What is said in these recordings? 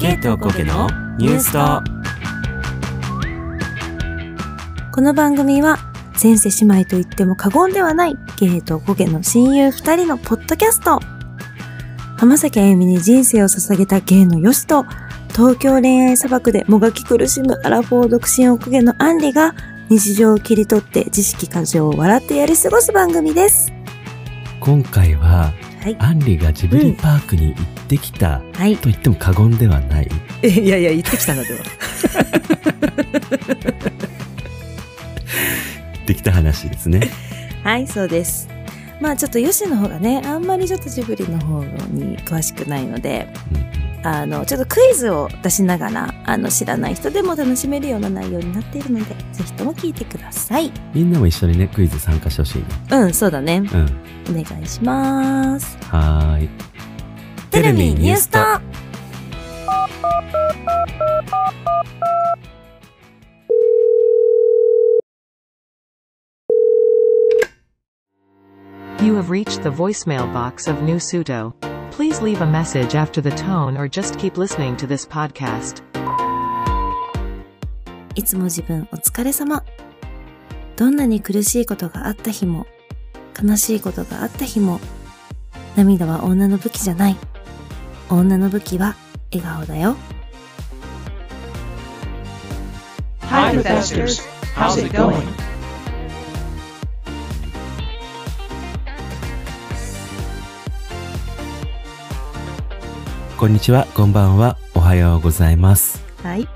ケイトコケのニュースとこの番組は前世姉妹と言っても過言ではないゲイとゴゲの親友二人のポッドキャスト浜崎あゆみに人生を捧げたゲイのヨシと東京恋愛砂漠でもがき苦しむアラフォー独身おこげのアンリが日常を切り取って知識過剰を笑ってやり過ごす番組です今回ははいアンリがジブリパークに行ってきたはいと言っても過言ではないいやいや言ってきたなではできた話ですね はいそうですまあちょっとヨシの方がねあんまりちょっとジブリの方に詳しくないのでうんあの、ちょっとクイズを出しながら、あの、知らない人でも楽しめるような内容になっているので、ぜひとも聞いてください。みんなも一緒にねクイズ参加してほしいねうん、そうだね。うんお願いします。はーいテレビニュースと You have reached the voicemail box of New Sudo. Please leave a message after the tone or just keep listening to this podcast. いつも自分お疲れ様。どんなに苦しいことがあった日も、悲しいことがあった日も、涙は女の武器じゃない。女の武器は笑顔だよ。 Hi, Professors. How's it going? こんにちはこんばんはおはようございますはい。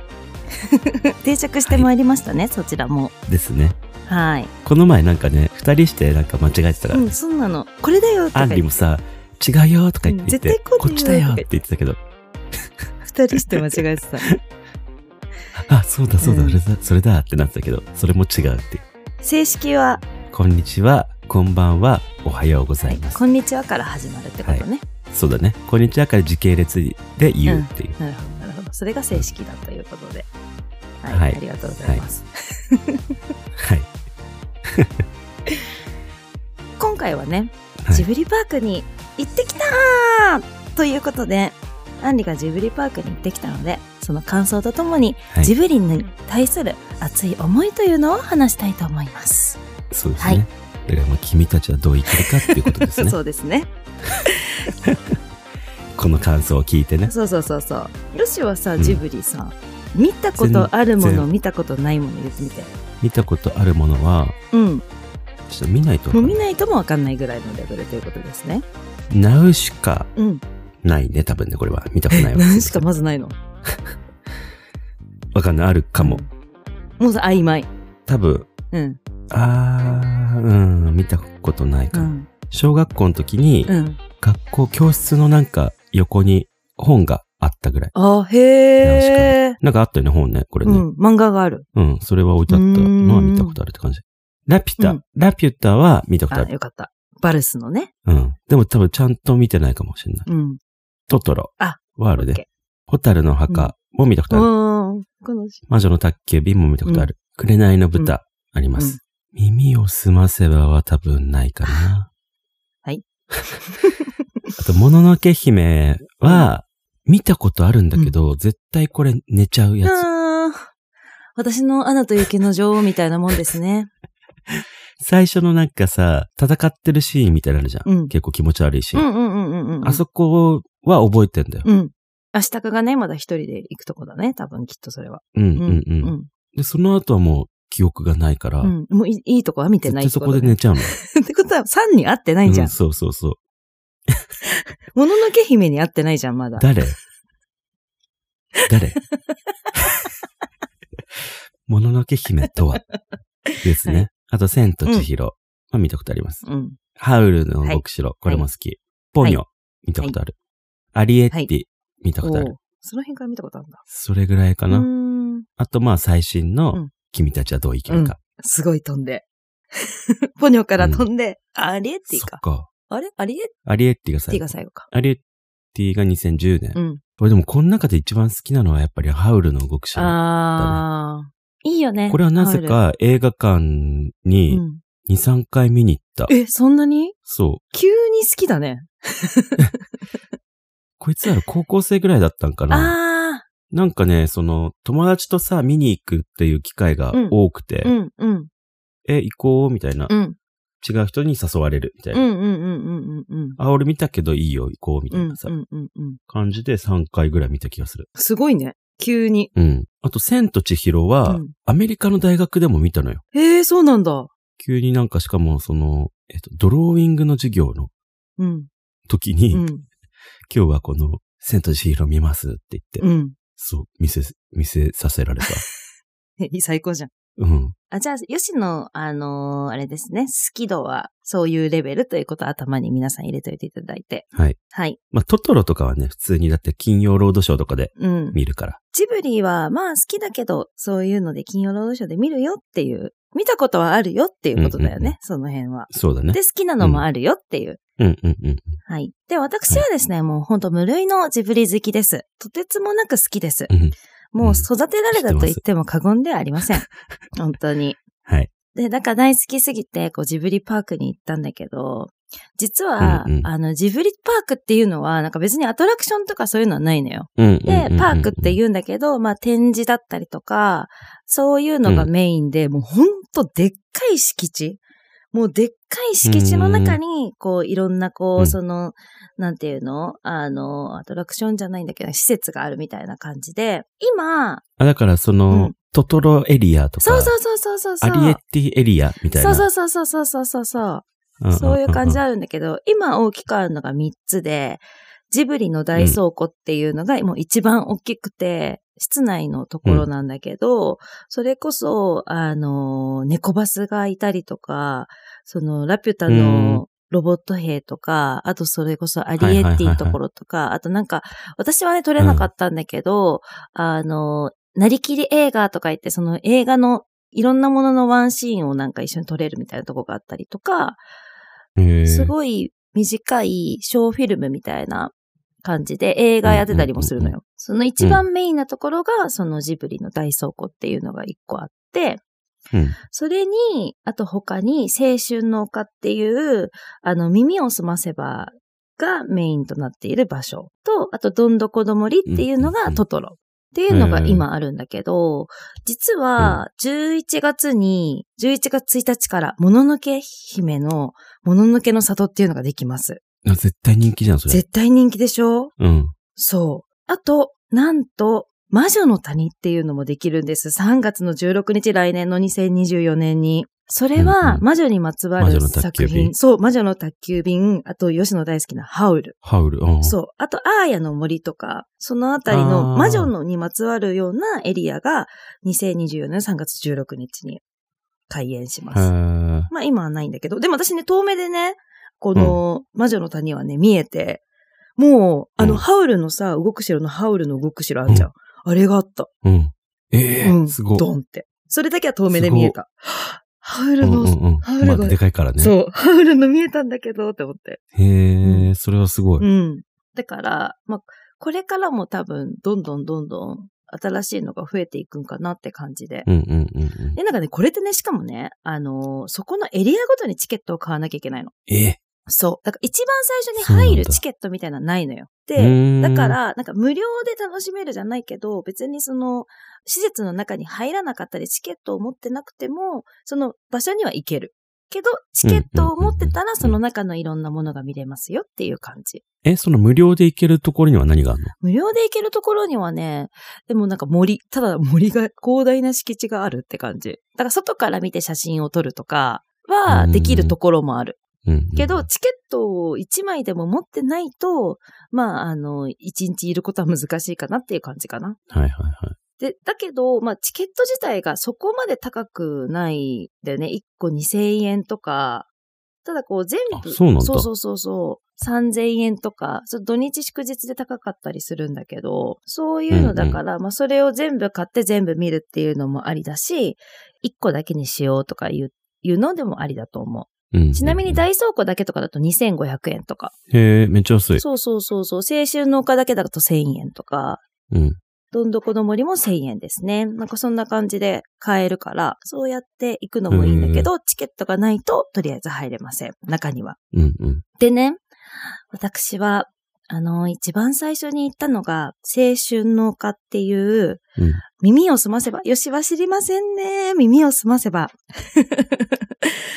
定着してまいりましたね、そちらも。ですねはい。この前なんかね二人してなんか間違えてたから、うん、そうなの。これだよとアかン言リっもて、さ違うよとか言ってうんて、絶対こうこだよっちだよって言ってたけど二人して間違えてた。あそうだそうだ、うんそれだそれだってなってたけどそれも違うっていう 正式は、こんにちはこんばんはおはようございます、こんにちはから始まるってことね。そうだねこんにちはから時系列で言うっていう、なるほど、なるほど。それが正式だということで。はい、はいありがとうございます。はい、今回はね、はいジブリパークに行ってきたーということで、アンリがジブリパークに行ってきたので、その感想とともに、はいジブリに対する熱い思いというのを話したいと思います。そうですね、はいだからまあ君たちはどう生きるかっていうことです ねそうですね。この感想を聞いてねそうそうそうそう。ヨシはさ、うんジブリさ、見たことあるもの、見たことないもの言ってみて。見たことあるものはうん。ちょっと見ないとわもかうん見ないともわかんないぐらいのレベルということですね。ナウシカうん。ないね多分ねこれは見たこ とないわ何しかまずないの。わかんないあるかももうさ、曖昧。多分うん。あーうん見たことないかうも、ん。小学校の時に、うん。学校教室のなんか横に本があったぐらい。あ、へえ。なんかあったよね、本ね、これうね。ん。漫画がある。うん、それは置いてあったのは見たことあるって感じ。ラピュタ、うんラピュタは見たことあ、ある。よかった。バルスのね。うん。でも多分ちゃんと見てないかもしれない。うん。トトロあはあるオッケね。ホタルの墓も見たことある。ーん。悲しい。魔女の宅急便も見たことある。紅の豚あります。耳をすませばは多分ないかな。はい。 あと、もののけ姫は、見たことあるんだけど、絶対これ寝ちゃうやつ。あー私のアナと雪の女王みたいなもんです ね。最初のなんかさ、戦ってるシーンみたいなのあるじゃん。うん結構気持ち悪いシうーン。んうんうんうんうん。あそこは覚えてんだよ。うん。明日かがね、まだ一人で行くとこだね。多分きっとそれは。うん、ううん、うん、うん。で、その後はもう記憶がないから、うん。もういいいいとこは見て絶ない対ってそことこでだね。寝ち ゃうの。ってことは、3に合ってないじゃうんん。そうそうそう。もののけ姫に会ってないじゃん、まだ。誰 誰もののけ姫とはですね。はあと、千と千尋。まあ、見たことあります。うん。ハウルの動く城。これも好き。ポニョ。見たことある。アリエッテはィ。見たことあおるう。その辺から見たことあるんだ。それぐらいかうな。ーん。あと、まあ、最新うのん、君たちはどう生きるか。すごい飛んで。 ポニョから飛んで、アリエッティそっか。か。あれアリエッアリエッティがテ最ィ後が。最後か。アリエッティが2010年。うん。俺でも、この中で一番好きなのはやっぱりハウルの動く城。あー。いいよね。これはなぜか映画館ハウル、にうん2、3回見に行った。え、そんなにそう。急に好きだね。こいつら高校生ぐらいだったんかな。あなんかね、その、友達とさ、見に行くっていう機会が多くて、うん、うん、え、行こう、みたいな、うん、違う人に誘われる、みたいうん、うな。ん、うん、うん、うん、うん。あ、俺見たけどいいよ、行こう、みたういんなさ、、うん、うん。感じで3回ぐらい見た気がする。すごいね。急に。うん。あと、千と千尋は、うんアメリカの大学でも見たのよ。へえ、そうなんだ。急になんかしかも、その、えっと、ドローイングの授業のうん、時に、う今ん、日はこの、千と千尋見ますって言って、うん。そう、見せ、見せさせられた。 えいい最高じゃん。うん。あ、じゃあ、吉野、あのーあれですね、好き度は、そういうレベルということを頭に皆さん入れておいていただいて。はい。はい。まあ、トトロとかはね、普通にだって金曜ロードショーとかでうん。見るから。ジブリは、まあ好きだけど、そういうので金曜ロードショーで見るよっていう、見たことはあるよっていうことだよね、うんうんうんその辺は。そうだねで、。好きなのもあるよっていう。うんうんうん。はい。で、私はですね、もうほんと無類のジブリ好きです。とてつもなく好きです。うんもう育てられたと言っても過言ではありま せん。本当に。はい。で、なんか大好きすぎて、こうジブリパークに行ったんだけど、実は、うんうんあの、ジブリパークっていうのは、なんか別にアトラクションとかそういうのはないのよ。うんで、パークってう言うんだけど、まあ展示だったりとか、そういうのがメインで、もうほんとでっかい敷地。もうでっかい敷地の中に、こういろんなこうう、んその、なんていうのあの、アトラクションじゃないんだけど、施設があるみたいな感じで、今、ん。あ、だからその、うんトトロエリアとか、そうそうそうそうそうそアう。リエッティエリアみたいそうな。そううそうそうそうそうそうそう。んんんそういう感じあるんだけど、今大きくあるのが3つで、ジブリの大倉庫っていうのがもう一番大きくて、室内のところなんだけど、それこそ、あの、猫バスがいたりとか、その、ラピュタうんのロボット兵とか、あとそれこそアリエッティのところとか、あとなんか、私はね、撮れなかったんだけど、あの、なりきり映画とか言って、その映画のいろんなもののワンシーンをなんか一緒に撮れるみたいなとこがあったりとか、へーすごい短い小フィルムみたいな感じで映画やってたりもするのうんよ。その一番メインなところが、そのジブリの大倉庫っていうのが一個あって、うんそれに、あと他に青春の丘っていう、あの耳をすませばがメインとなっている場所と、あとどんどこどもりっていうのうんうんうがんトトロ。っていうのが今あるんだけど、実は11月に、11月1日から、もののけ姫の、もののけの里っていうのができます。あ絶対人気じゃん、それ。絶対人気でしょうん。そう。あと、なんと、魔女の谷っていうのもできるんです。3月の16日、来年の2024年に。それうんは、うん魔女にまつわ魔女るの宅急作便品。そう、魔女の宅急便。あと、吉野大好きなハウル。ハウル。うんそう。あと、アーヤの森とか、そのあたりのあー魔女のにまつわるようなエリアが、2024年3月16日に開園しまへす。ーまあ今はないんだけど、でも私ね、遠目でね、この魔女の谷はね、見えて、もう、あの、うんハウルのさ、動く城のハウルの動く城あんじゃん。あれがあった。うん。えうーん。すごい。ドンって。それだけは遠目で見えた。ハウルの、うんうんハウうん。ルまがあ、でかいからね。そう、 ハウルの見えたんだけど、って思って。へえ、それはすごい。うん。だから、まあ、これからも多分、どんどんどんどん、新しいのが増えていくんかなって感じで。うんうんうんうん。で、なんかね、これってね、しかもね、あのーそこのエリアごとにチケットを買わなきゃいけないの。えそう。だから一番そ最う初なんにだ入るチケットみたいなのないのよ。うで、ーんだから、なんか無料で楽しめるじゃないけど、別にその、施設の中に入らなかったり、チケットを持ってなくても、その場所には行ける。けど、チケットを持ってたら、その中のいろんなものが見れますよっていう感じ。え、その無料で行けるところには何があるの無料で行けるところにはね、でもなんか森、ただ森が広大な敷地があるって感じ。だから外から見て写真を撮るとかはできるところもある。うんうん。けど、チケットを1枚でも持ってないと、まあ、あの、1日いることは難しいかなっていう感じかな。はいはいはい。で、だけど、まあ、チケット自体がそこまで高くないんだよね。1個2000円とか、ただこう全部、あそうなんだそうそうそうそう3000円とか、そう土日祝日で高かったりするんだけど、そういうのだから、まあ、それを全部買って全部見るっていうのもありだし、1個だけにしようとかいう、いうのでもありだと思う。うんちなみに大倉庫だけとかだと2500円とか。へえ、めっちゃ安い。そうそうそうそう。青春の丘だけだと1000円とか。うん。どんどこの森も1000円ですね。なんかそんな感じで買えるから、そうやって行くのもいいんだけど、チケットがないととりあえず入れません。中には。うんうん。でね、私はあの、一番最初に行ったのが、青春の丘っていう、うん耳を澄ませば、よしは知りませんね。耳を澄ませば。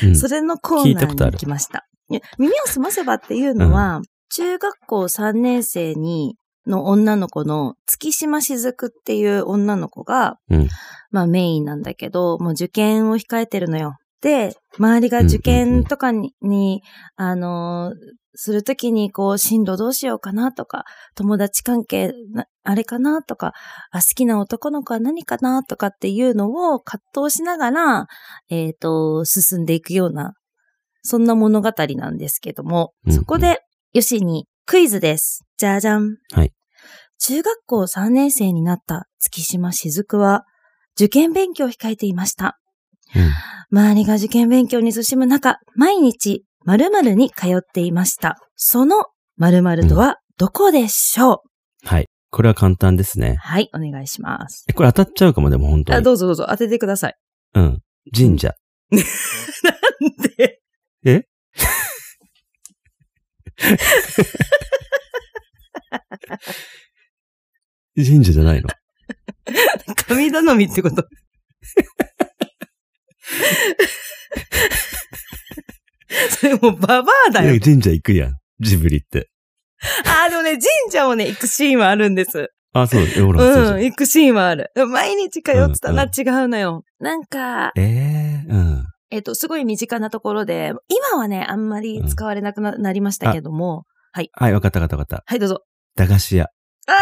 うんそれのコー聞いナたーこにとある行きました。いや耳を澄ませばっていうのは、中学校3年生に、の女の子の月島雫っていう女の子が、うんまあメインなんだけど、もう受験を控えてるのよ。で、周りが受験とかに、にあのーするときに、こう、進路どうしようかなとか、友達関係な、あれかなとか、あ好きな男の子は何かなとかっていうのを葛藤しながら、えっ、と、進んでいくような、そんな物語なんですけども、うんうんそこで、よしにクイズです。じゃじゃん。はい中学校3年生になった月島雫は、受験勉強を控えていました。うん周りが受験勉強に進む中、毎日〇〇に通っていました。その〇〇とはどこでしょう、はい。これは簡単ですね。はい、お願いします。え、これ当たっちゃうかも、でも本当あに。どうぞどうぞ当ててください。 うん。神社。で、神社じゃない の神頼みってこと。 それもうババアだなんよ。か神社行くやん。ジブリって。あ、でもね、神社もね、行くシーンはあるんです。あ、そう。え、ほら、そうじゃうんん、行くシーンはある。毎日通ってたな、うん違うのよ。なんか、ええうん。えっ、と、すごい身近なところで、今はね、あんまり使われなくな,、りましたけども、はい、わかったわかったわかった。はい、どうぞ。駄菓子屋。ああ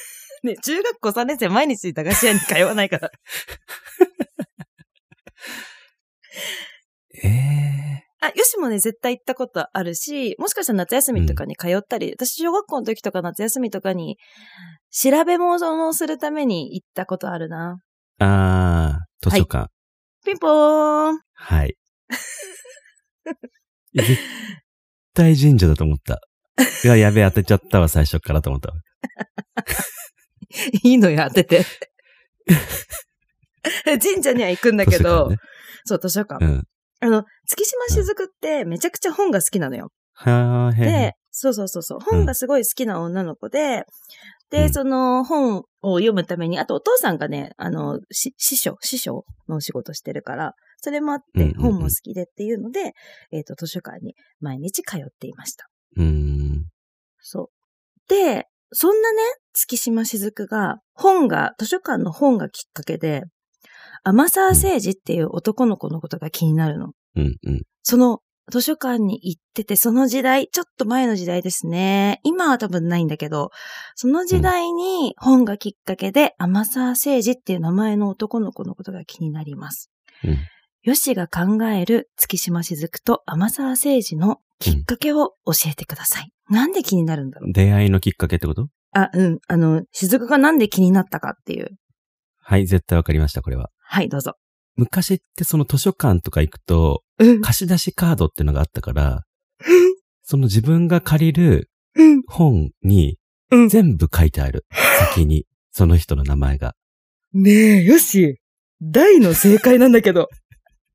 ね、中学校3年生毎日駄菓子屋に通わないから。ええあ、よしもね、絶対行ったことあるし、もしかしたら夏休みとかに通ったり、私小学校の時とか夏休みとかに、調べ物をするために行ったことあるな。あー、図書館。ピンポーンはい。絶対神社だと思った。いや、やべえ、当てちゃったわ、最初からと思ったわ。 いいのよ、当てて。 神社には行くんだけ ど、図そう、図書館。書館ね。あの、月島雫ってめちゃくちゃ本が好きなのよ。うん。はーへで、そうそうそうそう、ん本がすごい好きな女の子で、うで、んその本を読むために、あとお父さんがね、あの、し師匠、師匠のお仕事してるから、それもあっうんうんてう、ん本も好きでっていうので、えっ、と、図書館に毎日通っていました。うーん。そう。で、そんなね、月島雫が、本が、図書館の本がきっかけで、天沢誠治っていう男の子のことが気になるの。うん、うん。その図書館に行ってて、その時代、ちょっと前の時代ですね。今は多分ないんだけど、その時代に本がきっかけで、天沢誠治っていう名前の男の子のことが気になります。うんヨシが考える月島雫と天沢誠治のきっかけを教えてください。なんで気になるんだろう出会いのきっかけってことあ、うん、あの、雫がなんで気になったかっていう。はい、絶対わかりました、これは。はい、どうぞ。昔ってその図書館とか行くと、うん、貸し出しカードっていうのがあったから、その自分が借りるうん、本にうん。全部書いてある。先に、その人の名前が。ねえ、よし、大の正解なんだけど。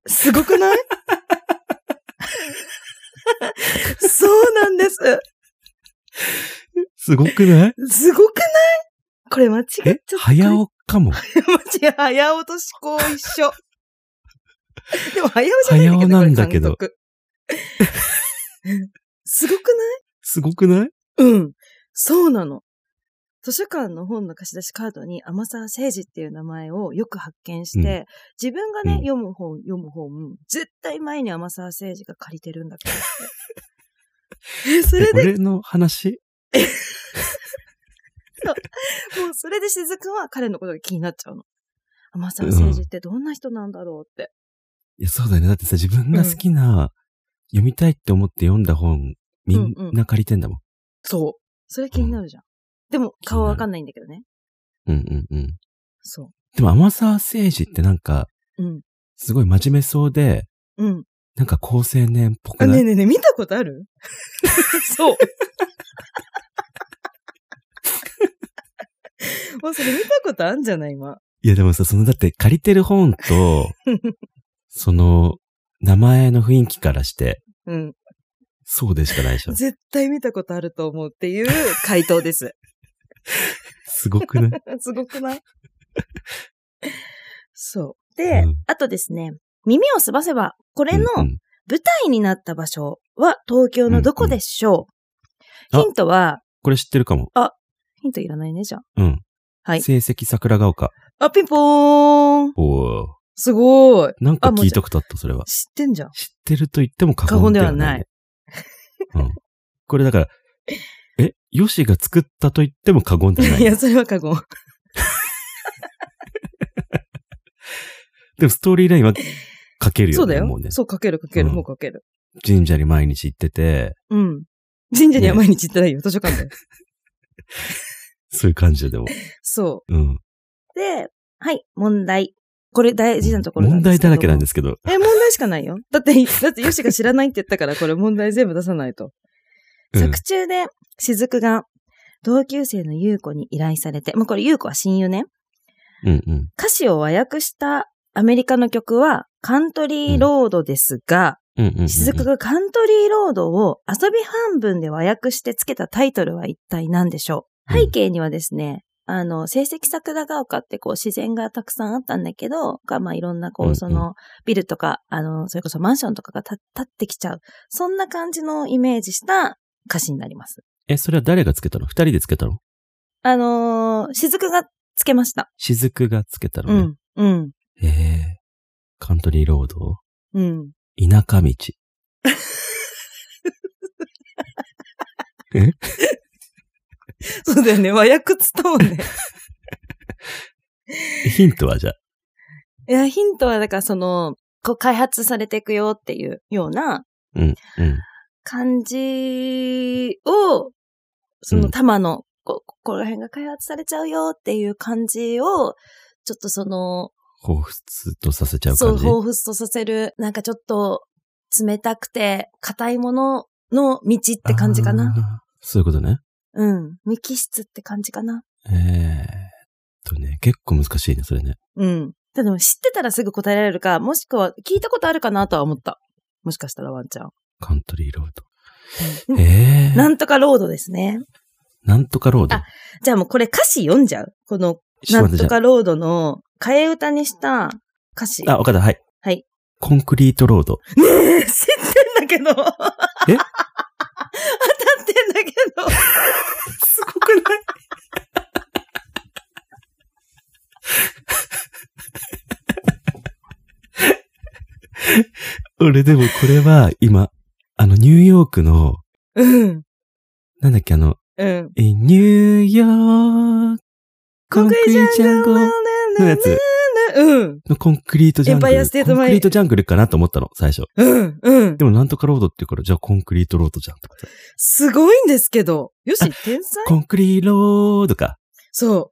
すごくないそうなんです。すごく ないすごくないこれ間違っちゃっえた。早尾。尾かも。 間違い、早尾と思考一緒。でも早尾じゃないんだけど。早尾なんだけどこれ監 督すごくすごくないないうん。そうなの。図書館の本の貸し出しカードに天沢誠治っていう名前をよく発見して、うん自分がね、うん読む本、読む本、絶対前に天沢誠治が借りてるんだけど って。え、それえで、俺の話もうそれで雫は彼のことが気になっちゃうの。天沢誠治ってどんな人なんだろうって。いや、そうだよね。だってさ、自分が好きな、読みたいって思って読んだ本、みんうんうな借りてんだもん。そう。それ気になるじゃん。でも、顔はわかんないんだけどね。うんうんうん。そでも、天沢誠治ってなんか、う。うん。すごい真面目そうで、うん。なんか高青年っぽあ、くなねえいねえねえ、見たことある そう。 もうそれ見たことあんじゃない今。いや、でもさ、その、だって借りてる本 と、その、名前の雰囲気からして、うん。そうでしかない じゃん。絶対見たことあると思うっていう回答です。すごくない すごくないそう。うで、んあとですね、耳をすばせば、これのうんう舞ん台になった場所は東京のどこでしょう、うんうんあヒントは、これ知ってるかも。ヒントいらないね、じゃあ。うん。はい成績桜ヶ丘。あ、ピンポーンおーすごいなんかあもう聞いたことあった、それは。知ってんじゃん。知ってると言っても過言ではないね。 うん。これだから、え、ヨシが作ったと言っても過言ではないい。や、それは過言。でもストーリーラインは書けるそようだね、よもうね。。そう、かけるかける、うんもうかける。神社に毎日行ってて、うん。神社には毎日行ってないよ、図書館で。そういう感じでも。そうん。う。で、はい、問題。これ大事なところ問題だらけなんですけどもですけど。え、問題しかないよ。だって、だって、ヨシが知らないって言ったから、これ問題全部出さないと。うん作中で、雫が、同級生の優子に依頼されて、まあ、これ優子は親友ね。うんうん。歌詞を和訳したアメリカの曲は、カントリーロードですが、うんうんうんうん。雫がカントリーロードを遊び半分で和訳してつけたタイトルは一体何でしょううん背景にはですね、あの、成績桜ヶ丘ってこう自然がたくさんあったんだけど、がまあいろんなこうんううんそのビルとか、あの、それこそマンションとかがた立ってきちゃう。そんな感じのイメージした歌詞になります。え、それは誰がつけたの二人でつけたのあのー、雫がつけました。雫がつけたうのね。ん、うん、ええカントリーロードうん。田舎道。そうだよね、和訳つともね。ヒントはじゃあ。 いや、ヒントはだからその、こう開発されていくよっていうような、うん、うん。感じを、その玉の、こここら辺が開発されちゃうよっていう感じを、ちょっとその、彷彿とさせちゃうそう、感じ。彷彿とさせる、なんかちょっと冷たくて硬いものの道って感じかな。な。そういうことね。うん。無機質って感じかな。えー、っとね、結構難しいね、それね。うん。でも知ってたらすぐ答えられるか、もしくは聞いたことあるかなとは思った。もしかしたらワンちゃん。カントリーローうド。んえー、ななんとかロードですね。んとかロードあ。じゃあもうこれ歌詞読んじゃうこのちょなっとん待とってかロードの替え歌にした歌詞。じゃあ、あ、わかった、はい。はい。コンクリートロード。ねえ、知ってんだけど。当たってんだけど。すごくない俺でもこれは今、あのニューヨークの、うん。なんだっけあの、うん。えニューヨーク、コンクリートジャングルのやつうん。のコンクリートジャングエンパイアステール。トコン前クリートジャングルかなと思ったの、最初。うん。うんで。もなんとかロードって言うから、じゃあコンクリートロードじゃんとかって。すごいんですけど。よし、天才コンクリーロードか。そう。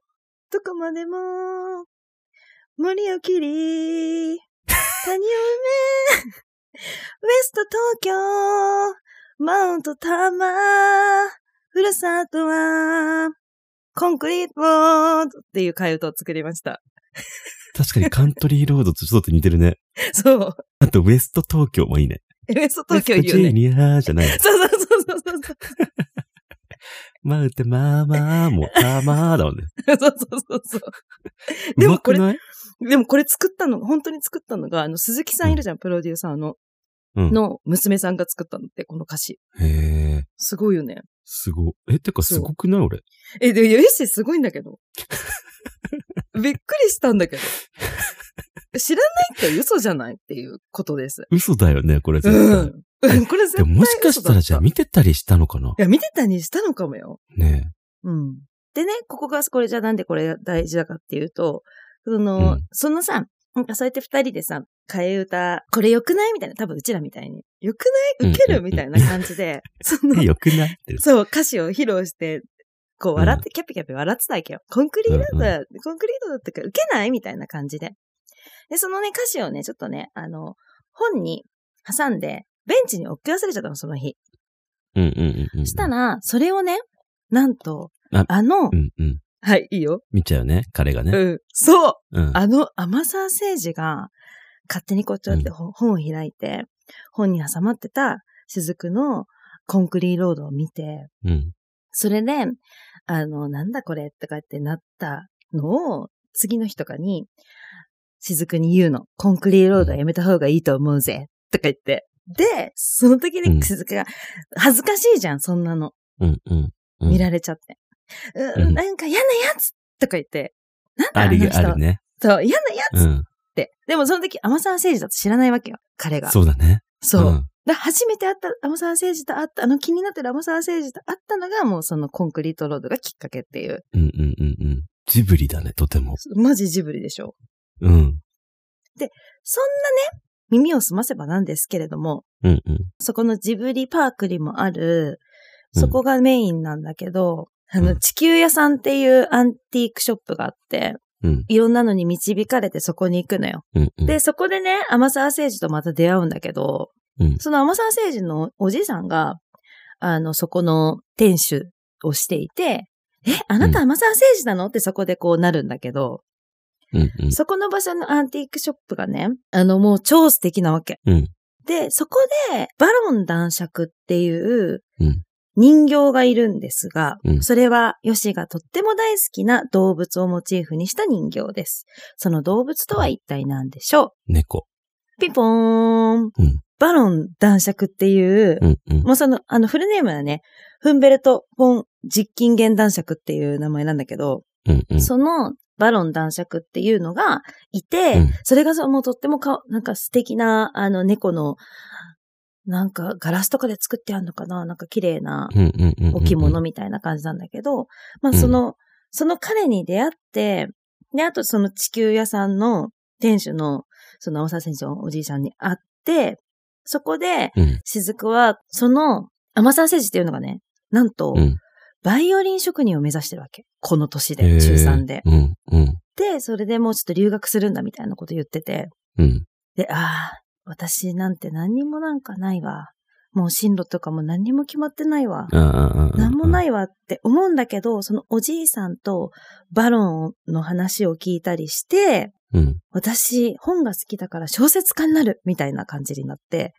どこまでも、森を切 り、谷を埋め、ウエスト東京、マウントタマ、ふるさとは、コンクリートボードっていう替え歌を作りました。確かにカントリーロードとちょっと似てるね。 そう。あと、ウエスト東京もいいね。ウエスト東京いいよウェストね。ジーニアじゃない。そうそうそうそうそう。マウテマーマーもタマーだもんね。そうそうそうそう。 でうもまこくれないでもこれ作ったの、本当に作ったのが、あの、鈴木さんいるじゃん、プロデューサーの、うん。の娘さんが作ったのって、この歌詞。へー。すごいよね。すご。え、てかすごくない俺。え、で、ヨッシーすごいんだ けど。びっくりしたんだけど。知らないって嘘じゃないっていうことです。嘘だよね、これう絶対。ん。うんこれ絶で対ももしかしたらじゃ嘘だあっ見てたりしたのかなたいや、見てたにしたのかもよ。ねうん。でね、ここが、これじゃなんでこれが大事だかっていうと、その、うんそのさ、なんかそうやって二人でさ、替え歌、これ良くないみたいな、多分うちらみたいに。良くない受けるうんうんうんみたいな感じで、その え。、よくないって。そう、歌詞を披露して、こう笑って、キャピキャピ笑ってたわけよ。コンクリートだ、コンクリートだったから受けないみたいな感じで。で、そのね、歌詞をね、ちょっとね、あの、本に挟んで、ベンチに置き忘れちゃったの、その日。うんうんうんうん。したら、それをね、なんと、ああのう、んうん。はい、いいよ。見ちゃうね、彼がうね。ん。そううん。あの、天沢聖司が、勝手にこうやってほ本を開いて、本に挟まってた、雫の、コンクリーロードを見て、うん。それで、あの、なんだこれとかってなったのを、次の日とかに、しずくに言うの。コンクリーロードはやめた方がいいと思うぜ。とか言って。で、その時うんにしずくが、恥ずかしいじゃん、そんなの。うん。うん。うん見られちゃって。ううんなんか嫌なやつとか言って。なんだああのり、人あるね。そう、嫌なやうつっん。て。でもその時、天沢誠二だと知らないわけよ。彼が。そうだね。そう。ん。で、初めて会った、天沢誠二と会った、あの気になってる天沢誠二と会ったのが、もうそのコンクリートロードがきっかけっていう。うんうんうんうん。ジブリだね、とても。マジジブリでしょ。うん。そんなね、耳を澄ませばなんですけれども、うんうん。そこのジブリパークにもある、うんそこがメインなんだけど、あうの、ん地球屋さんっていうアンティークショップがあって、うんいろんなのに導かれてそこに行くのよ。うんうん。で、そこでね、天沢誠二とまた出会うんだけど、うんその天沢誠二のおじいさんが、あの、そこの店主をしていて、え、あなた天沢誠二なのってそこでこうなるんだけど、うんうん。そこの場所のアンティークショップがね、あの、もう超素敵なわけ。うんで、そこで、バロン男爵っていううん人形がいるんですが、うんそれはヨシがとっても大好きな動物をモチーフにした人形です。その動物とは一体何でしょう猫。ピンポーン。うんバロン男爵っていう、うんうん。もうその、あの、フルネームはね、フンベルト・フォン・実金元男爵っていう名前なんだけど、うんうん。そのバロン男爵っていうのがいて、うんそれがそのもうとってもかわ、なんか素敵な、あの、猫の、なんかガラスとかで作ってあるのかななんか綺麗なうんうんうんうん。置物みたいな感じなんだけど、まあその、その彼に出会って、で、あとその地球屋さんの店主の、その青沢選手のおじいさんに会って、そこで、うん雫は、その、天沢誠治っていうのがね、なんとう、ん。バイオリン職人を目指してるわけ。この年へで、ー中3で。うんうん。で、それでもうちょっと留学するんだみたいなこと言ってて、うん。で、ああ、私なんて何にもなんかないわ。もう進路とかも何にも決まってないわ。ああああ。。なんもないいわって思うんだけど、そのおじいさんとバロンの話を聞いたりして、うん。私、本が好きだから小説家になるみたいな感じになって、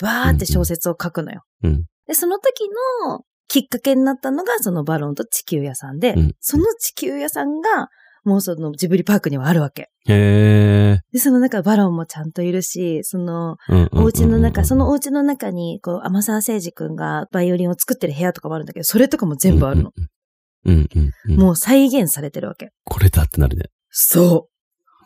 バーって小説を書くのよ。うんうんで、その時のきっかけになったのが、そのバロンと地球屋さんで、うんその地球屋さんが、もうそのジブリパークにはあるわけ。へえ。で、その中バロンもちゃんといるし、その、うんうんうんうんお家の中、そのお家の中に、こう、天沢誠二くんがバイオリンを作ってる部屋とかもあるんだけど、それとかも全部あるの。。うんうんうん。もう。もう再現されてるわけ。これだってなるね。そ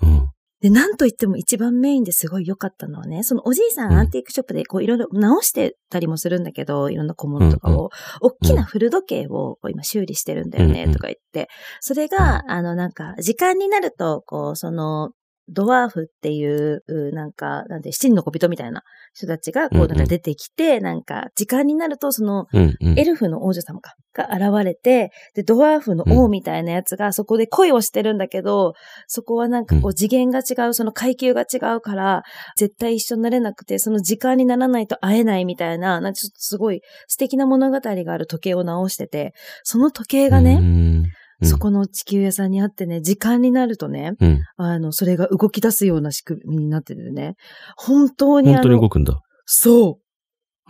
うん。う。で、なんといっても一番メインですごい良かったのはね、そのおじいさんうんアンティークショップでこういろいろ直してたりもするんだけど、いろんな小物とかを、大きな古時計をこう今修理してるんだようんうね、んとか言って、それが、あのなんか、時間になると、こう、その、ドワーフっていう、うなんか、なんて、七人の小人みたいな人たちが、こう、なんか出てきて、なんか、時間になると、その、うんうん。エルフの王女様か、が現れて、で、ドワーフの王みたいなやつがそこで恋をしてるんだけど、そこはなんかこうう次元が違う、その階級が違うから、絶対一緒になれなくて、その時間にならないと会えないみたいな、なんかちょっとすごい素敵な物語がある時計を直してて、その時計がね、ねそ。この地球屋さんにあってね、時間になるとね、うん。あの、それが動き出すような仕組みになっててね、本当に本あ当に動の、くんだ。そ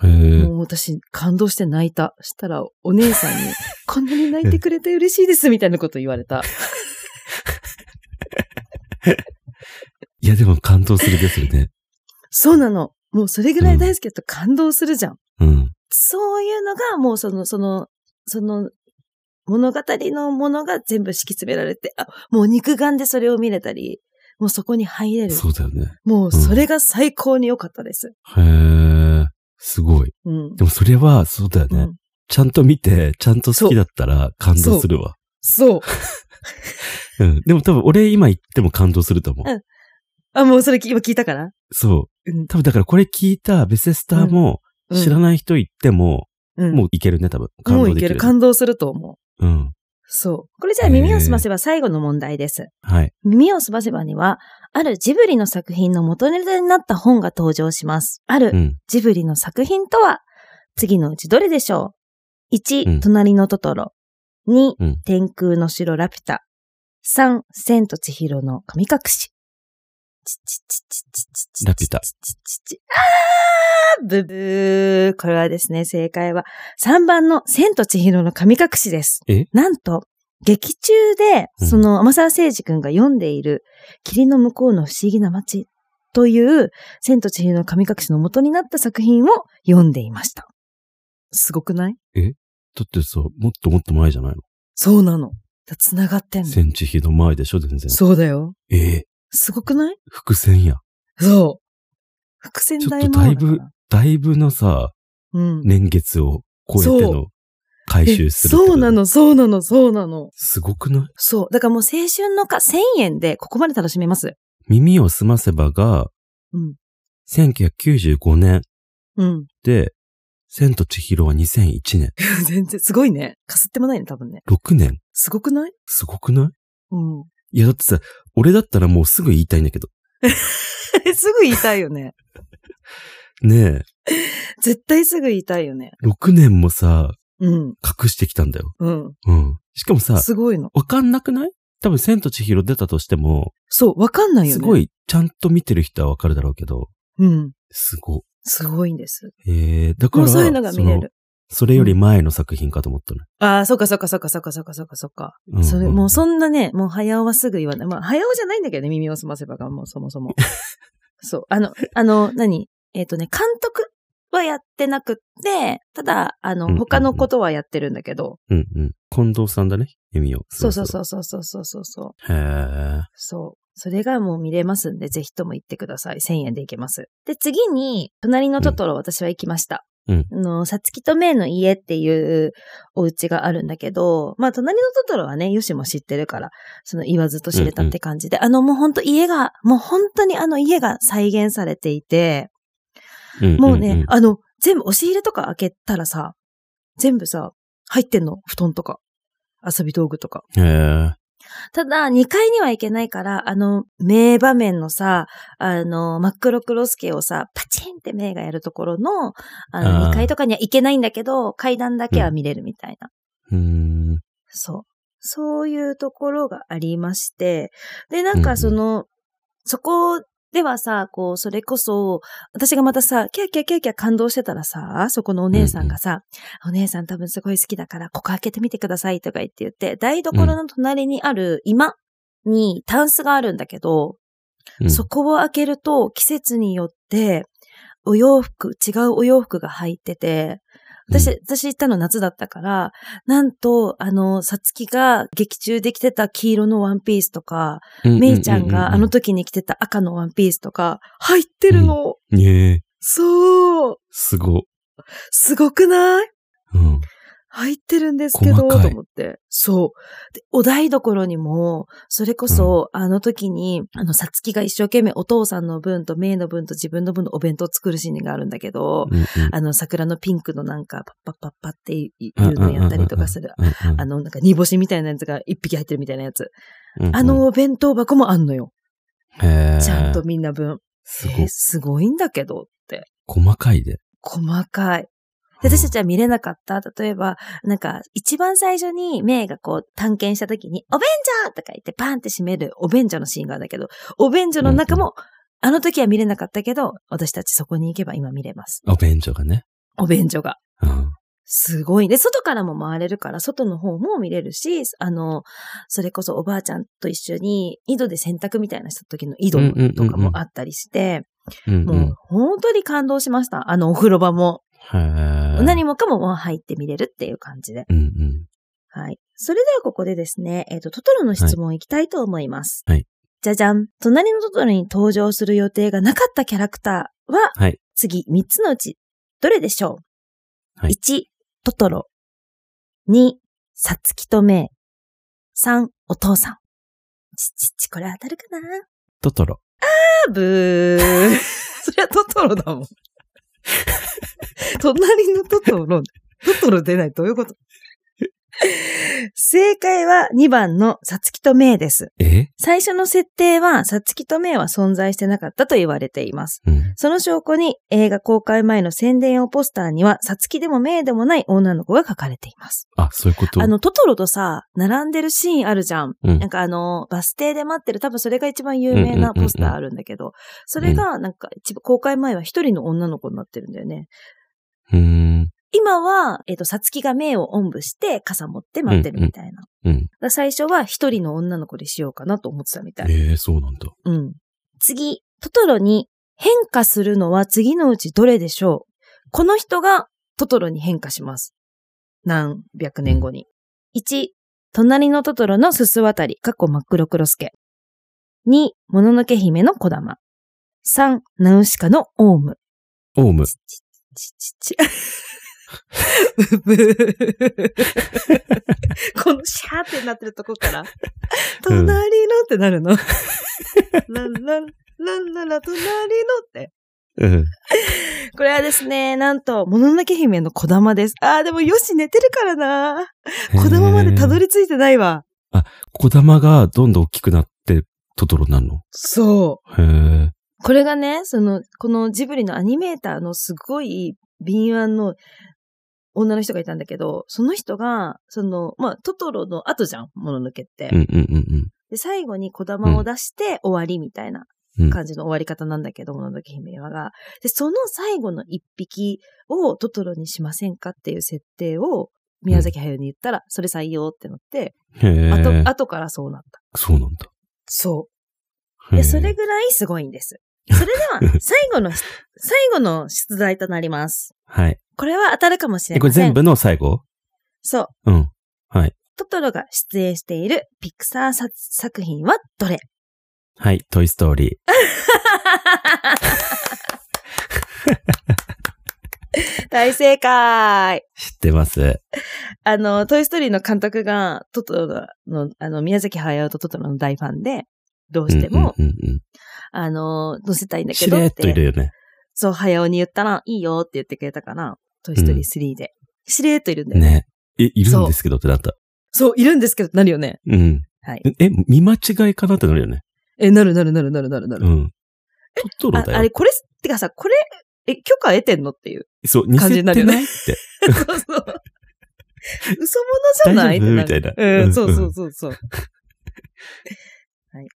う、へえ。もう私、感動して泣いた。したら、お姉さん に、こんなに泣いてくれて嬉しいです、みたいなこと言われた。いや、でも感動するですよね。そうなの。もうそれぐらい大好きだと感動するじゃん。うん。そういうのが、もうその、その、その、物語のものが全部敷き詰められて、あ、もう肉眼でそれを見れたり、もうそこに入れる。そうだよね。もうそれが最高に良かったです。へえ。すごい。うん。でもそれは、そうだようね。んちゃんと見て、ちゃんと好きだったら感動するわ。そう。うん。でも多分俺今言っても感動すると思う。うんあ、もうそれ今聞いたからそうう。ん多分だからこれ聞いたベセスターも知らい。ない人言っても、うんもういけるね、多分。感もう動いできけるる。ね。感動すると思う。うん。そう。これじゃあ耳をすませば最後の問題です。はい。耳をすませばには、あるジブリの作品の元ネタになった本が登場します。あうるん。ジブリの作品とは、次のうちどれでしょううん ?1、隣のトトロ。2うん、天空の城ラピュタ。3、千と千尋の神隠し。ラピュタあブブー。これはですね、正解は3番の千と千尋の神隠しです。えなんと、劇中で、うんその、天沢誠二君が読んでいる、霧の向こうの不思議な街という、千と千尋の神隠しの元になった作品を読んでいました。すごくないだってさ、もっともっと前じゃないのそうなの。だ繋がってんの。センチヒの前でしょ、全然。そうだよ。ええすごくない伏線や。そう。伏線ちょっ大と魔だ王いだからぶ、だいぶのさ、うん。年月を超えてその回収する。えそうな。の、そうなの、そうなの。すごくないそう。だからもう青春のか1000円でここまで楽しめます。耳をすませばが、うん。 1995年うん。で、千と千尋は2001年。 全然、すごいね。かすってもないね、多分ね。 6年すごくないすごくなうん。いいや、だってさ、俺だったらもうすぐ言いたいんだけど。 すぐ言いたいよね。ね 絶対すぐ言いたいよね。え、6年もさ、うん。隠してきたんだよ。うん。うん。しかもさ、すごいの。わかんなくない多分、千と千尋出たとしても、そう、わかんないよね。すご。い、ちゃんと見てる人はわかるだろうけど、うん。すご。すごいんです。えー、だかもら、うそういうのが見れそのる。それより前の作品かと思ったの。ああ、そっかそっかそっかそっかそっかそっかそっか。うんうんそれ、もうそんなね、もう早尾はすぐ言わない。まあ、早尾じゃないんだけどね、耳をすませばが、もうそもそ も。そう。あの、あの、何えっ、とね、監督はやってなくって、ただ、あうんうんの、うん他のことはやってるんだけど、うんうん。近藤さんだね、弓を。。そうそうそううそうそうそうそうそう。へー。そう。それがもう見れますんで、ぜひとも行ってください。1000円で行けます。で、次に、隣のトトロ、私は行きました。うんあの、さつきとめいの家っていうお家があるんだけど、まあ、隣のトトロはね、よしも知ってるから、その言わずと知れたって感じで、あの、もうほんと家が、もう本当にあの家が再現されていて、んんんもうね、あの、全部押し入れとか開けたらさ、全部さ、入ってんの。布団とか、遊び道具とか。へー。ただ、2階には行けないから、あの、名場面のさ、あの、真っ黒クロスケをさ、パチンって名がやるところの、ああの、ー2階とかには行けないんだけど、階段だけは見れるみたいな。うーん。そう。そういうところがありまして、で、なうんんうかんその、そこではさ、こう、それこそ、私がまたさ、キャーキャーキャーキャー感動してたらさ、そこのお姉さんがさ、お姉さん多分すごい好きだから、ここ開けてみてくださいとか言って言って、台所の隣にある居間にタンスがあるんだけど、うんそこを開けると季節によって、お洋服、違うお洋服が入ってて、私、うん私行ったの夏だったから、なんと、あの、さつきが劇中で着てた黄色のワンピースとか、めいちゃんがあの。時に着てた赤のワンピースとか、入ってるの。うんうんうんうんへー。そう。すご。すごくないうん。入ってるんですけど、と細かい思って。そう。で、お台所にも、それこそ、あの時に、あの、さつきが一生懸命お父さんの分と、めいの分と自分の分のお弁当を作るシーンがあるんだけど、うんうんあの、桜のピンクのなんか、パッパッパッパっていうのやったりとかする。うんうんあの、なんか煮干しみたいなやつが一匹入ってるみたいなやつ。うんうんあのお弁当箱もあんのよ。へーちゃんとみんな分。すえごーすごいんだけどって。細かいで。細かい。で私たちは見れなかった。例えば、なんか、一番最初に、メイがこう、探検した時に、お便所とか言って、バンって閉めるお便所のシーンがあるんだけど、お便所の中も、あの時は見れなかったけど、私たちそこに行けば今見れます。お便所がね。お便所が。うん。すごい。で、外からも回れるから、外の方も見れるし、あの、それこそおばあちゃんと一緒に、井戸で洗濯みたいなした時の井戸うんうんうんうんとかもあったりして、うんうん。もう本当に感動しました。あのお風呂場も、へー何もかももう入って見れるっていう感じで。うんうん。はい。それではここでですね、えっ、と、トトロの質問いきたいと思います。はい。じゃじゃん。隣のトトロに登場する予定がなかったキャラクターは、はい次3つのうち、どれでしょう、はい ?1、トトロ。2、サツキとメイ。3、お父さん。ちちち、これ当たるかなトトロ。ブー。 そりゃトトロだもん。隣のトトロ、トトロ出ない、どういうこと正解は2番のさつきとめいです。え最初の設定はさつきとめいは存在してなかったと言われています。うん。その証拠に映画公開前の宣伝用ポスターには、さつきでもめいでもない女の子が書かれています。あ、そういうことあの、トトロとさ、並んでるシーンあるじゃん。うんなんかあの、バス停で待ってる、多分それが一番有名なポスターあるんだけど、それがなんか一部公開前は一人の女の子になってるんだよね。うーん。今は、えっ、と、さつきがめいをおんぶして傘持って待ってるみたいな。だかうん。ら最初は一人の女の子でしようかなと思ってたみたい。ええ、そうなんだ。うん。次、トトロに変化するのは次のうちどれでしょうこの人がトトロに変化します。何百年後に。1、隣のトトロのすすわたり、過去真っ黒黒助。2、もののけ姫の小玉。3、ナウシカのオウム。オウム。ちちち。ブブーこのシャーってなってるとこから、隣のってなるの。ラララララ隣のって。うん。これはですね、なんと、もののけ姫の小玉です。あーでもよし寝てるからな。小玉までたどり。り着いてないわ。小玉がどんどん大きくなって、トトロになるのそう。へえ。これがね、その、このジブリのアニメーターのすごい敏腕の女の人がいたんだけど、その人が、その、まあ、トトロの後じゃん、もののけって。うんうんうんで、最後に小玉を出して終わりみたいなうん。うん。感じの終わり方なんだけど、もののけ姫はが。で、その最後の一匹をトトロにしませんかっていう設定を宮崎駿に言ったら、それ採用ってなって、あと、へえ。後からそうなった。そうなんだ。そう。へえで、それぐらいすごいん です。それでは、最後の、最後の出題となります。はい。これは当たるかもしれえ、これません。全部の最後そう。うん。はい。トトロが出演しているピクサーさ作品はど れはい。トイストーリー。大正解知ってます。あの、トイストーリーの監督が、トトロの、あの、宮崎駿とトトロの大ファンで、どうしても、うんうんうんうん。あの、載せたいんだけしどれっっとてい、るよね。そう、駿に言ったら、いいよって言ってくれたから、トイストーリー3で。しれーっといるんだよねね。え、いるんですけどってなった。そう、いるんですけど、なるよね。うん。はい。え、見間違いかなってなるよね。え、なるなるなるなるなるなうる。ん。トトロあだあれ、よ。これ、てかさ、これ、え、許可得てんのって いう。そう、似感じせにてななるよいねって。そうそう。嘘物じゃない大丈ってる夫みたいなう、うんんそうそうそうそう。はい。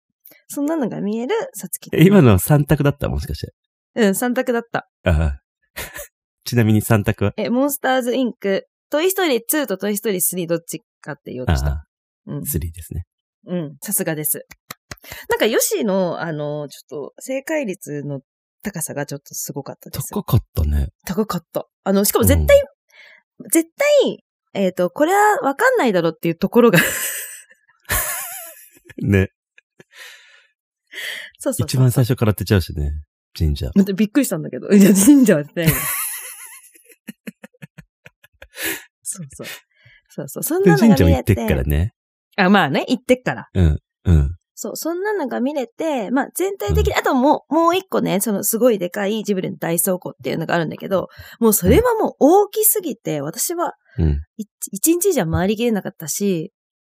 そんなのが見える、さつき。え今のは3択だったもしかしうて。ん、三択だった。ああ ちなみに3択はえ、モンスターズインク、トイストーリー2とトイストーリー3どっちかって言おうあとした。あ、うん。 3ですね。うん、さすがです。なんか、ヨシの、あの、ちょっと、正解率の高さがちょっとすごかったです。高かったね。高かった。あの、しかも絶対、絶対、えっ、と、これはわかんないだろうっていうところが、 ね。そうそうそう一番最初から当てちゃうしね。神社。待ってびっくりしたんだけど。いや、神社は ないよそうそう。そうそう。そんでなの神が社も見行れってて。っからね。あ、まあね、行ってっから。うん。うん。そう、そんなのが見れて、まあ全体的に、あともう、もう一個ね、そのすごいでかいジブリの大倉庫っていうのがあるんだけど、もうそれはもう大きすぎて、私はうん。一一日じゃ回りきれなかったし、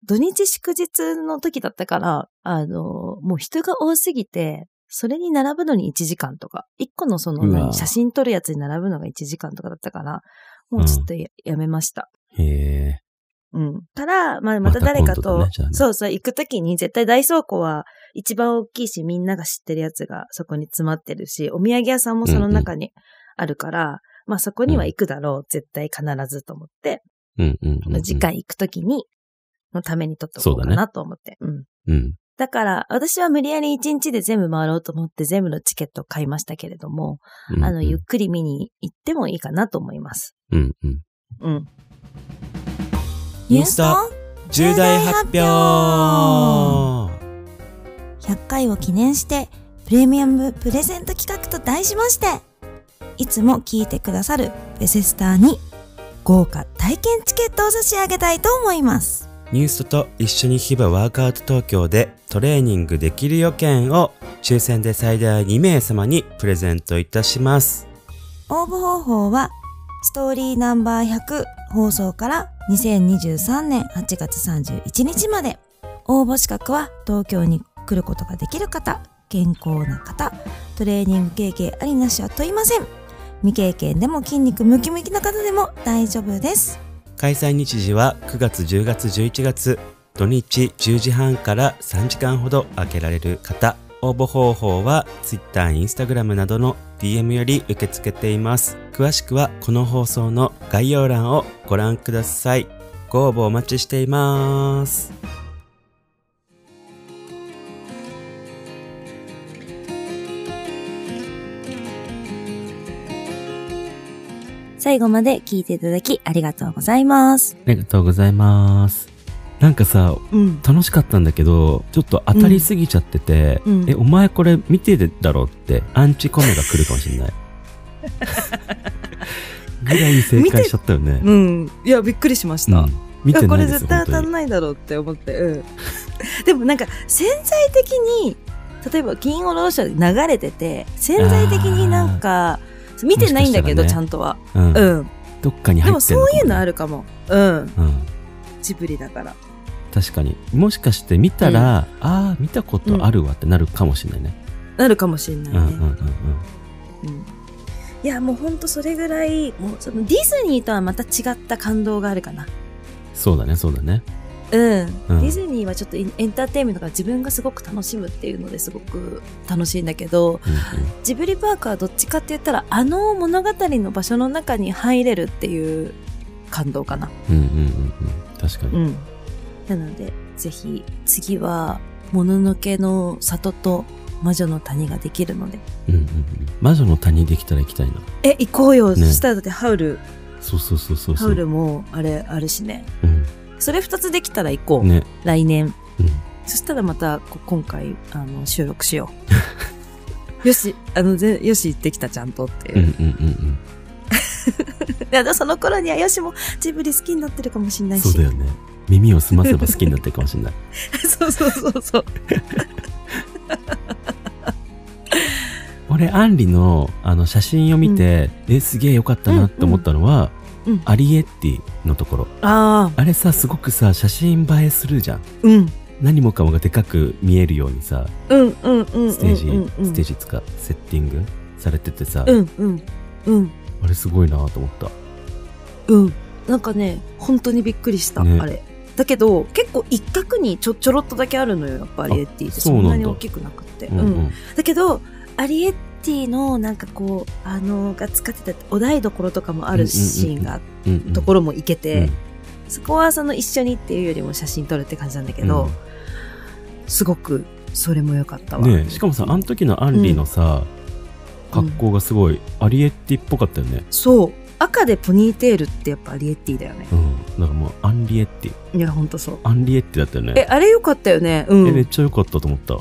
土日祝日の時だったから、あの、もう人が多すぎて、それに並ぶのに1時間とか、1個のそのうわ何写真撮るやつに並ぶのが1時間とかだったから、もうちょっとや,、めました。へえ。うん。から、まあ、また誰かまた今度と、だねじゃあねそうそう、行く時に絶対大倉庫は一番大きいし、みんなが知ってるやつがそこに詰まってるし、お土産屋さんもその中にあるから、まあそこには行くだろう、絶対必ずと思って、うんうんうんうん。次。回行くときに、のために撮っとこうかそうだなと思って。うん。うん。だから、私は無理やり一日で全部回ろうと思って全部のチケットを買いましたけれども、うんあの、ゆっくり見に行ってもいいかなと思います。うんうん。うん。ニュースと重大発表100回を記念してプレミアムプレゼント企画と題しましていつも聞いてくださるベセスターに豪華体験チケットを差し上げたいと思いますニュースと一緒にヒバワークアウト東京でトレーニングできる予券を抽選で最大2名様にプレゼントいたします。応募方法はストーリーナンバー100放送から2023年8月31日まで応募資格は東京に来ることができる方健康な方トレーニング経験ありなしは問いません未経験でも筋肉ムキムキな方でも大丈夫です開催日時は9月10月11月土日10時半から3時間ほど開けられる方応募方法は Twitter、Instagram などの DM より受け付けています詳しくはこの放送の概要欄をご覧くださいご応募お待ちしています最後まで聞いていただきありがとうございますありがとうございますなんかさうん楽しかったんだけどちょっと当たりすぎちゃってて、うんうんえお前これ見てるだろってアンチコメが来るかもしれない ぐらい正解しちゃったよねうんいやびっくりしましうん見てこなれいです絶対当たん本ないだろうって思って、うん、 でもなんか潜在的に例えば「金曜ロードショー」で流れてて潜在的になんか見てないんだけど、もしかしたらちゃんねとは、当にうんうん、どっかにで入っもてそるういうのある、るかも、うん、うん、ジブリだから確かにもしかして見たら、ああ見たことあるわってなるかもしれないね、なるかもしれないうん、うんうんうね、うんんいやもうほんとそれぐらいもうそのディズニーとはまた違った感動があるかなそうだねそうだねうん、うんディズニーはちょっとエンターテインメントが自分がすごく楽しむっていうのですごく楽しいんだけど、うんジブリパークはどっちかって言ったらあの物語の場所の中に入れるっていう感動かな。うんうんうんうんうん確かに、ん。なので、ぜひ次は、もののけの里と魔女の谷ができるので。うんうんうん、魔女の谷できたら行きたいなえ、行こうよ。ねそしたらだってハウル、そうそうそうそうハそウう、ルもあれあるしね。うそれ二つできたら行こう。ん、ね、来年。うん、そしたらまたこ今回あの収録しよ う。よし、あの、ぜよし行ってきたちゃんとっていう。うんうんうんうんいやでもその頃にはよしもジブリ好きになってるかもしれないし。そうだよね耳を澄ませば好きになってるかもしれない そうそうそうそう。 俺アンリのあの写真を見て、えすげえよかったなって思ったのは、うんうんアリエッティのところああ、あれさすごくさ写真映えするじゃんうん。何もかもがでかく見えるようにさうんうんうんうんうん。ステージ、うん、ステージつかセッティングされててさ、うんうん。うんあれすごいなと思ったうん。なんかね、本当にびっくりした、ねあれ。だけど、結構一角にちょちょろっとだけあるのよ、やっぱアリエッティって。あそそうなんんだなに大きくなくって。ううんん。うんだけど、アリエッティのなんかこう、あの、が使ってたお台所とかもあるシーンが、うんうんところも行けうんて、そこはその一緒にっていうよりも写真撮るって感じなんだけど、すごく、それも良かったわ。ねえしかもさあの時のアンリのさ、うん格好がすごいアリエッティっぽかったよねそう。赤でポニーテールってやっぱアリエッティだよね。うんなんかもうアンリエッティいや、ほんとそう。アンリエッティだったよえ、ねあれよかったよね。うめっん。ちゃ良かったと思った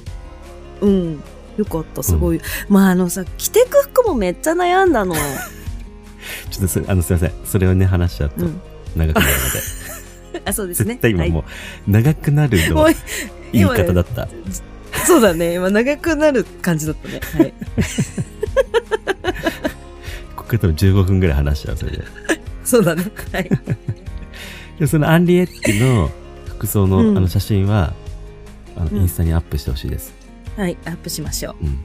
うん。よかった、すごい。まあ、あのさ、着てく服もめっちゃ悩んだ の。ちょっとそれあのすいませんそれをね話しちゃうとうん。長 くなるので、あ、そうですね。絶対今もはう長くなるいのもう言い方だった、そうだね。今、長くなる感じだったね。はい。ここから多分15分ぐらい話しちゃうそれでそうだね。はい。でそのアンリエッティの服装の,、うんあの写真はあのうんインスタにアップしてほしいです、はい、アップしましょう。うん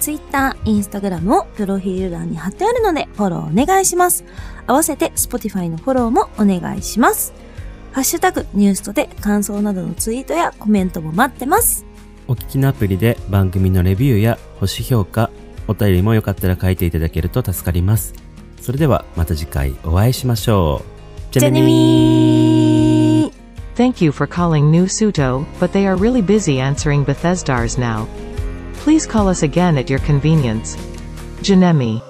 Twitter、Instagram をプロフィール欄に貼ってあるのでフォローお願いします。合わせて Spotify のフォローもお願いします。ハッシュタグニュースとで感想などのツイートやコメントも待ってます。お聞きのアプリで番組のレビューや星評価お便りもよかったら書いていただけると助かりますそれではまた次回お会いしましょうじじゃあねみー Thank you for calling New Suto, but they are really busy answering Bethesdars now. Please call us again at your convenience. Janemi.